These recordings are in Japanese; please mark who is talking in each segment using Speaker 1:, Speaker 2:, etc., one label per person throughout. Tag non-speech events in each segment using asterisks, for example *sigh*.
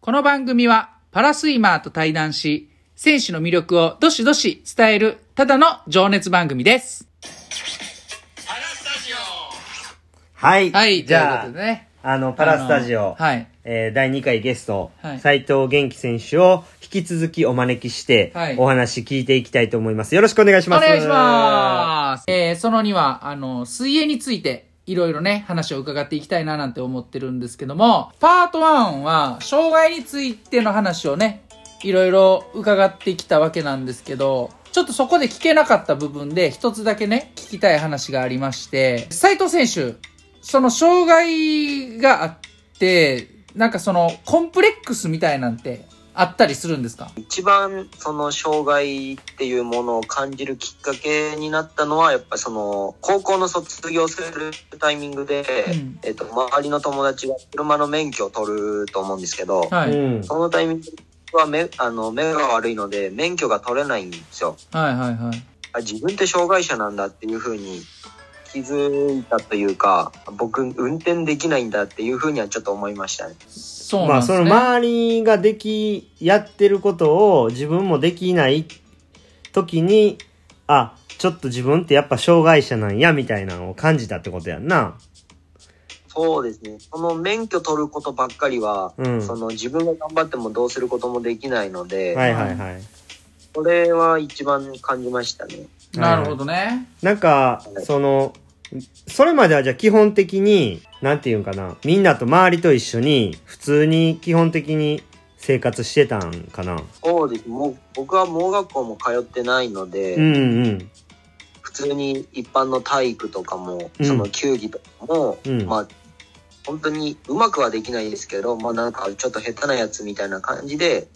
Speaker 1: この番組はパラスイマーと対談し、選手の魅力をどしどし伝える、ただの情熱番組です。
Speaker 2: はい。
Speaker 1: はい、
Speaker 2: じゃあ、
Speaker 1: ということでね。
Speaker 2: あの、パラスタジ
Speaker 1: あ
Speaker 2: オ、
Speaker 1: のはい。
Speaker 2: えー第2回ゲスト、
Speaker 1: はい
Speaker 2: 斉藤元気選手を引き続きお招きして、
Speaker 1: はい
Speaker 2: お話聞いていきたいと思います。よろしくお願いし
Speaker 1: お
Speaker 2: ます。
Speaker 1: 願いします。えー、その2は、あの、水泳について、いろいろね、話を伺っていきたいななんて思ってるんですけども、パート1は、障害についての話をね、いろいろ伺ってきたわけなんですけど、ちょっとそこで聞けなかった部分で、一つだけね、聞きたい話がありまして、斉藤選手、その障害があって、なんかその、コンプレックスみたいなんて、あったりするんですか
Speaker 3: 一番その障害っていうものを感じるきっかけになったのはやっぱその高校の卒業するタイミングで、
Speaker 1: うん
Speaker 3: えっと、周りの友達が車の免許を取ると思うんですけど、
Speaker 1: はい。はい
Speaker 2: うん。
Speaker 3: そのタイミングは目あの目が悪いので免許が取れないんですよ。
Speaker 1: はいはい。
Speaker 3: あ自分って障害者なんだっていうふうに気づいたというか僕運転できないんだっていうふうにはちょっと思いましたね。
Speaker 1: そう
Speaker 2: ま
Speaker 1: なん
Speaker 2: あ、
Speaker 1: です
Speaker 2: そ
Speaker 1: ね。
Speaker 2: の周りができ、やってることを自分もできない時に、あ、ちょっと自分ってやっぱ障害者なんや、みたいなのを感じたってことやんな。
Speaker 3: そうですね。その免許取ることばっかりは、
Speaker 2: うん
Speaker 3: その自分が頑張ってもどうすることもできないので、
Speaker 2: はいはいはい。
Speaker 3: これは一番感じましたね。
Speaker 1: なるほどね。
Speaker 2: なんか、その、それまではじゃあ基本的に、なんていうんかな、みんなと周りと一緒に、普通に基本的に生活してたんかな。
Speaker 3: そうです。もう僕は盲学校も通ってないので、
Speaker 2: うんうん。
Speaker 3: 普通に一般の体育とかも、
Speaker 2: うん
Speaker 3: その球技とかも、
Speaker 2: うん
Speaker 3: まあ、本当にうまくはできないですけど、まあなんかちょっと下手なやつみたいな感じで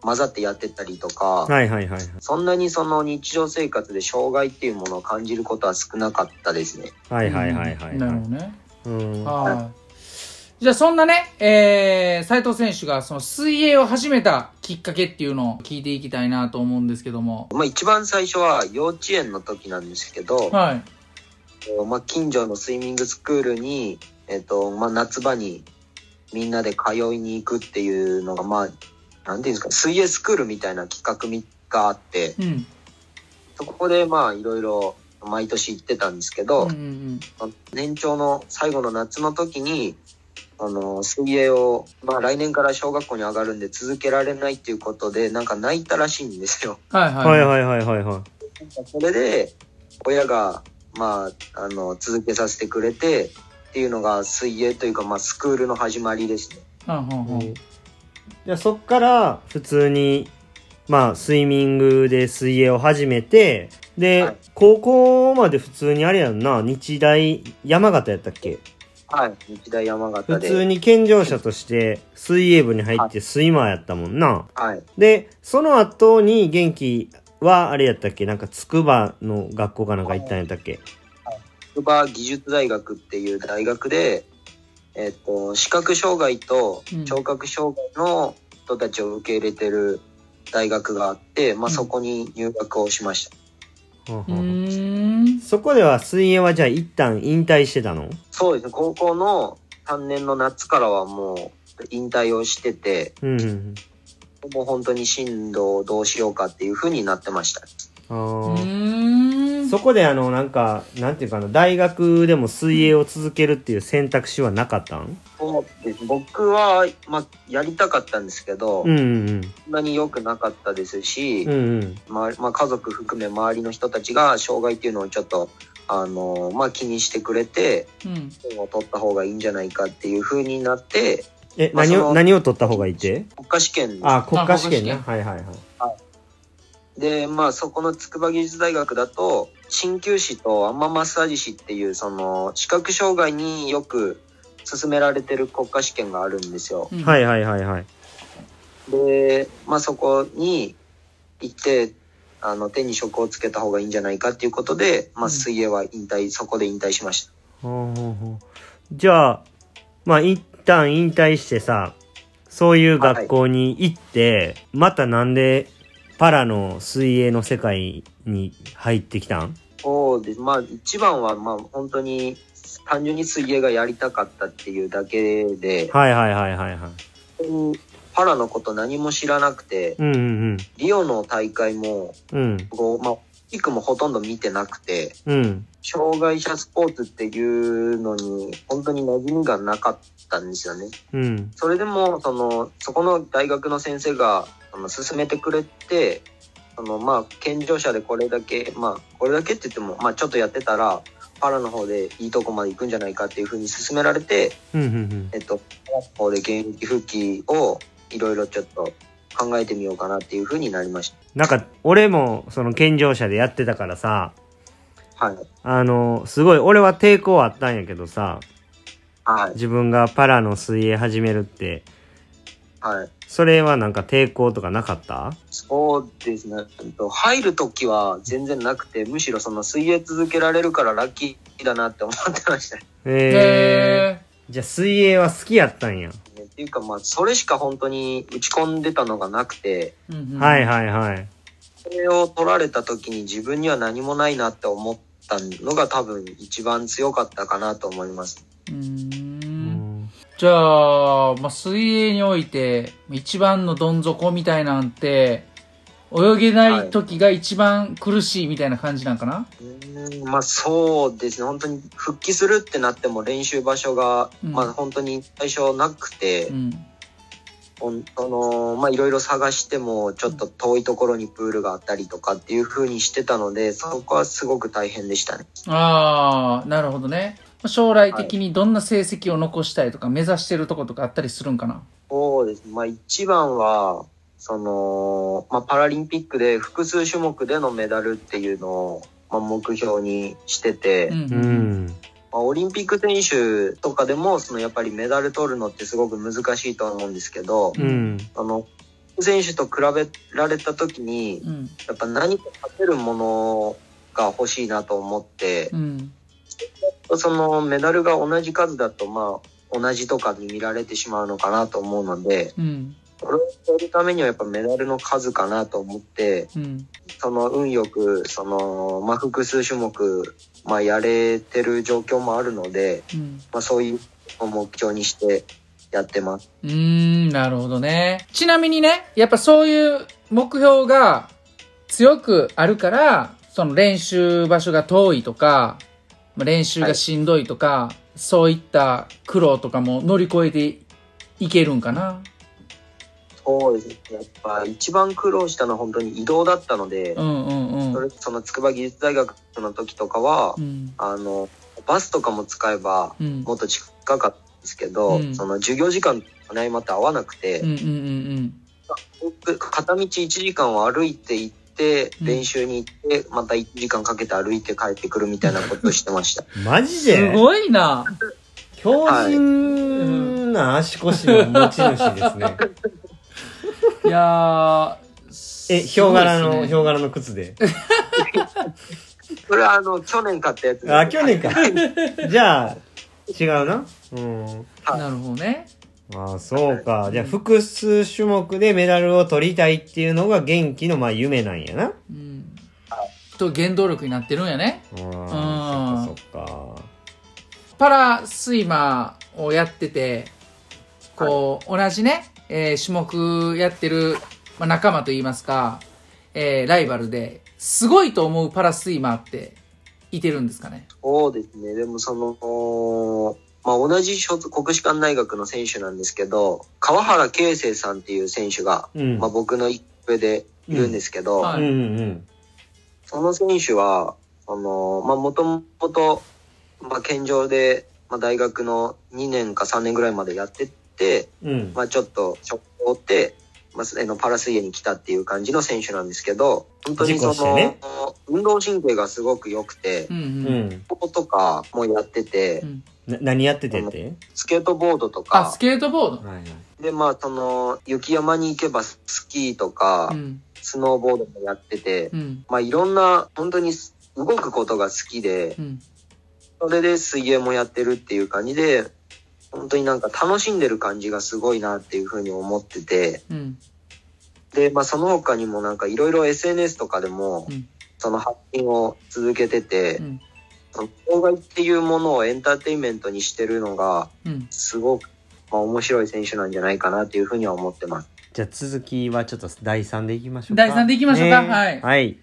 Speaker 3: 混ざってやってたりとか、
Speaker 2: はいはいはいはい。
Speaker 3: そんなにその日常生活で障害っていうものを感じることは少なかったですね。
Speaker 2: はいはいはいはい
Speaker 1: な
Speaker 2: は
Speaker 1: る
Speaker 2: い
Speaker 1: ほ。どね。
Speaker 2: うん。は
Speaker 1: はい。じゃあそんなね、えー、斉藤選手がその水泳を始めたきっかけっていうのを聞いていきたいなと思うんですけども。
Speaker 3: まあ一番最初は幼稚園の時なんですけど、
Speaker 1: はい。
Speaker 3: まあ近所のスイミングスクールに、えっと、まあ夏場にみんなで通いに行くっていうのが、まあ、なんていうんですか、水泳スクールみたいな企画があって、
Speaker 1: うん。
Speaker 3: そこでまあいろいろ毎年行ってたんですけど、
Speaker 1: うんうん
Speaker 3: 年長の最後の夏の時に、あの、水泳を、まあ来年から小学校に上がるんで続けられないっていうことで、なんか泣いたらしいんですよ。
Speaker 1: うん。はい
Speaker 2: い
Speaker 1: は。
Speaker 2: はいい
Speaker 1: い。
Speaker 2: はいはいはい。
Speaker 3: それで、親が、まあ、あの、続けさせてくれて、っていうのが水泳というか、まあ、スクールの始まりですね。
Speaker 1: うんうんうん。
Speaker 2: じゃあそっから普通に、まあ、スイミングで水泳を始めて、で、
Speaker 3: はい
Speaker 2: 高校まで普通にあれやんな、日大山形やったっけ
Speaker 3: はい。日大山形
Speaker 2: 普
Speaker 3: で。
Speaker 2: 通に健常者として水泳部に入ってスイマーやったもんな。
Speaker 3: はい。
Speaker 2: で、その後に元気はあれやったっけなんか筑波の学校かなんか行ったんやったっけ
Speaker 3: 筑波技術大学っていう大学で、えっと、視覚障害と
Speaker 1: うん
Speaker 3: 聴覚障害の人たちを受け入れてる大学があって、ま
Speaker 1: う
Speaker 3: あ、
Speaker 1: ん
Speaker 3: そこに入学をしまし
Speaker 2: は
Speaker 3: た。
Speaker 1: う
Speaker 2: あはあ
Speaker 1: ーん。
Speaker 2: そこでは水泳はじゃあ一旦引退してたの
Speaker 3: そうですね。高校の3年の夏からはもう引退をしてて、
Speaker 2: うんうん
Speaker 3: もう本当に進路をどうしようかっていう風になってました。
Speaker 2: うん。
Speaker 1: う
Speaker 2: ああ。
Speaker 1: ーん。
Speaker 2: そこであの、なんか、なんていうかな、大学でも水泳を続けるっていう選択肢はなかったん
Speaker 3: そうです僕は、まあ、やりたかったんですけど、
Speaker 2: うんうん
Speaker 3: そんなに良くなかったですし、
Speaker 2: うん。うんうん。
Speaker 3: まあまあ、家族含め周りの人たちが障害っていうのをちょっと、あのまあ、気にしてくれて、
Speaker 1: うん。
Speaker 3: 本を取った方がいいんじゃないかっていう風になって、
Speaker 2: え、
Speaker 3: まあ
Speaker 2: 何
Speaker 3: そ
Speaker 2: を、
Speaker 3: の
Speaker 2: 何を取った方がいいって
Speaker 3: 国家試験
Speaker 2: あ、国家試験ね。
Speaker 1: あ国
Speaker 2: はいはいはい。
Speaker 3: で、まあ、そこの筑波技術大学だと、鍼灸師とアンママッサージ師っていう、その、視覚障害によく勧められてる国家試験があるんですよ。
Speaker 1: うん
Speaker 2: はいはいはいはい。
Speaker 3: で、まあ、そこに行ってあの手に職をつけた方がいいんじゃないかっていうことで、ま
Speaker 1: うん
Speaker 3: あ、水泳は引退、そこで引退しました
Speaker 2: ほうほうほうじゃあ、まあ一旦引退してさ、そういう学校に行って、またなんでパラの水泳の世界に入ってきたん
Speaker 3: そうですまあ一番はまあ本当に単純に水泳がやりたかったっていうだけで
Speaker 2: はいはいはいはいはい。
Speaker 3: 本当にパラのこと何も知らなくて、
Speaker 2: うんうん
Speaker 3: リオの大会も、
Speaker 2: うん。
Speaker 3: こう、まあ、キックもほとんど見てなくて、
Speaker 2: うん。
Speaker 3: 障害者スポーツっていうのに、本当に馴染みがなかったんですよね。
Speaker 2: うん。
Speaker 3: それでも、その、そこの大学の先生が、あの、勧めてくれて、その、まあ、健常者でこれだけ、まあ、これだけって言っても、まあ、ちょっとやってたら、パラの方でいいとこまで行くんじゃないかっていうふうに勧められて、
Speaker 2: うん。うん。
Speaker 3: えっと、パラの方で現役復帰を、いろいろちょっと考えてみようかなっていうふうになりまし
Speaker 2: なんか、俺も、その、健常者でやってたからさ、
Speaker 3: た。はい。
Speaker 2: あの、すごい、俺は抵抗あったんやけどさ、
Speaker 3: はい。
Speaker 2: 自分がパラの水泳始めるって、
Speaker 3: はい。
Speaker 2: それはなんか抵抗とかなかった
Speaker 3: そうですね。えっと入るときは全然なくて、むしろその水泳続けられるからラッキーだなって思ってましたね。
Speaker 2: えー。
Speaker 1: へえ
Speaker 2: じゃあ、水泳は好きやったんや。
Speaker 3: っていうかまあ、それしか本当に打ち込んでたのがなくて、
Speaker 1: うんうん
Speaker 2: はいはいはい。
Speaker 3: それを取られたときに自分には何もないなって思ったのが多分一番強かったかなと思います。
Speaker 1: うー
Speaker 2: うんん。
Speaker 1: じゃあ、まあ、水泳において一番のどん底みたいなんて泳げない時が一番苦しいみたいな感じなんかな、
Speaker 3: うーんまあそうですね。本当に復帰するってなっても練習場所が、
Speaker 1: うん
Speaker 3: まあ本当に最初なくて、
Speaker 1: うん
Speaker 3: 本当のまあいろいろ探してもちょっと遠いところにプールがあったりとかっていう風にしてたのでそこはすごく大変でしたね
Speaker 1: ああなるほどね将来的にどんな成績を残したいとか目指してるとことかあったりするんかな
Speaker 3: そうですねまあ一番はその、まあ、パラリンピックで複数種目でのメダルっていうのを、まあ、目標にしてて、
Speaker 1: う
Speaker 3: ま
Speaker 1: ん
Speaker 2: う
Speaker 1: うんうん
Speaker 2: ん。
Speaker 3: あ、オリンピック選手とかでもそのやっぱりメダル取るのってすごく難しいと思うんですけど、
Speaker 2: うん。
Speaker 3: あの選手と比べられた時に
Speaker 1: うん
Speaker 3: やっぱ何か勝てるものが欲しいなと思って、
Speaker 1: うん
Speaker 3: そのメダルが同じ数だと、まあ、同じとかに見られてしまうのかなと思うので、
Speaker 1: うん
Speaker 3: それを超えるためにはやっぱメダルの数かなと思って、
Speaker 1: うん
Speaker 3: その運よく、その、まあ、複数種目、まあ、やれてる状況もあるので、
Speaker 1: うん
Speaker 3: まあ、そういうのを目標にしてやってます。
Speaker 1: うーんなるほどねちなみにねやっぱそういう目標が強くあるからその練習場所が遠いとかまあ練習がしんどいとか、そういった苦労とかも乗り越えていけるんかな
Speaker 3: そうですね。やっぱ一番苦労したのは本当に移動だったので
Speaker 1: う、んうんうん
Speaker 3: それその筑波技術大学の時とかは
Speaker 1: う、ん
Speaker 3: あの、バスとかも使えば、
Speaker 1: うん
Speaker 3: もっと近かったんですけど、
Speaker 1: うん
Speaker 3: その授業時間と合間って合わなくて、
Speaker 1: うんうんうん
Speaker 3: 僕片道1時間を歩いて行って、
Speaker 1: うん
Speaker 3: 練習に行って、また1時間かけて歩いて帰ってくるみたいなことをして
Speaker 1: *laughs*
Speaker 3: ました。
Speaker 2: マジ
Speaker 1: す
Speaker 2: で
Speaker 1: ごいな
Speaker 2: 強靭な足腰の持ち主ですね。
Speaker 1: いやー
Speaker 2: え、ヒョウ柄の、ヒョウ柄の靴で。
Speaker 3: それはあの、去年買ったやつです。
Speaker 2: あ、
Speaker 1: *laughs*
Speaker 2: 去年か。じゃあ、違うな。うん。
Speaker 1: 柄なるほどね
Speaker 2: あそうか。じゃあ、複数種目でメダルを取りたいっていうのが元気の、まあ、夢なんやな。
Speaker 1: うんと原動力になってるんやね
Speaker 2: ああ、そっかそっか。
Speaker 1: パラスイマーをやってて、こう、同じね、えー種目やってる、まあ、仲間といいますか、えーライバルで、すごいと思うパラスイマーって、いてるんですかね。
Speaker 3: そうですね。でもその、まあ、同じ所属国士舘大学の選手なんですけど、川原啓生さんっていう選手が、
Speaker 2: うん。
Speaker 3: まあ、僕の一上でいるんですけど、
Speaker 1: うんはい
Speaker 2: うんうん。
Speaker 3: その選手は、あの、まあ、もともと、まあ、健常で、まあ、大学の2年か3年ぐらいまでやってて、
Speaker 2: うん。
Speaker 3: まあ、ちょっと、職を追って、まあ、すあの、パラ水泳に来たっていう感じの選手なんですけど、本当に
Speaker 2: 自
Speaker 3: そ
Speaker 2: 己して
Speaker 3: の、
Speaker 2: ね
Speaker 3: 運動神経がすごく良くて
Speaker 1: う、ん
Speaker 2: う
Speaker 1: うん。
Speaker 2: ん。
Speaker 3: こことかもやってて
Speaker 1: う、ん、
Speaker 2: な、何やっててって
Speaker 3: スケートボードと
Speaker 1: あ、
Speaker 3: か
Speaker 1: ス、ケートボード。
Speaker 2: はいはい。
Speaker 3: で、まあ、その、雪山に行けばスキーとか
Speaker 1: う、ん。
Speaker 3: スノーボードもやってて
Speaker 1: う、ん。
Speaker 3: まあ、いろんな、本当に動くことが好きで、
Speaker 1: うん。
Speaker 3: それで水泳もやってるっていう感じで、本当になんか楽しんでる感じがすごいなっていうふうに思ってて、
Speaker 1: うん。
Speaker 3: で、まあその他にもなんかいろいろ SNS とかでも
Speaker 1: うん、
Speaker 3: その発信を続けてて
Speaker 1: う、ん。
Speaker 3: その障害っていうものをエンターテインメントにしてるのが、
Speaker 1: うん。
Speaker 3: すごくまあ、面白い選手なんじゃないかなというふうには思ってます。
Speaker 2: じゃあ続きはちょっと第3でいきましょうか。
Speaker 1: 第3でいきましょうかはい
Speaker 2: はい。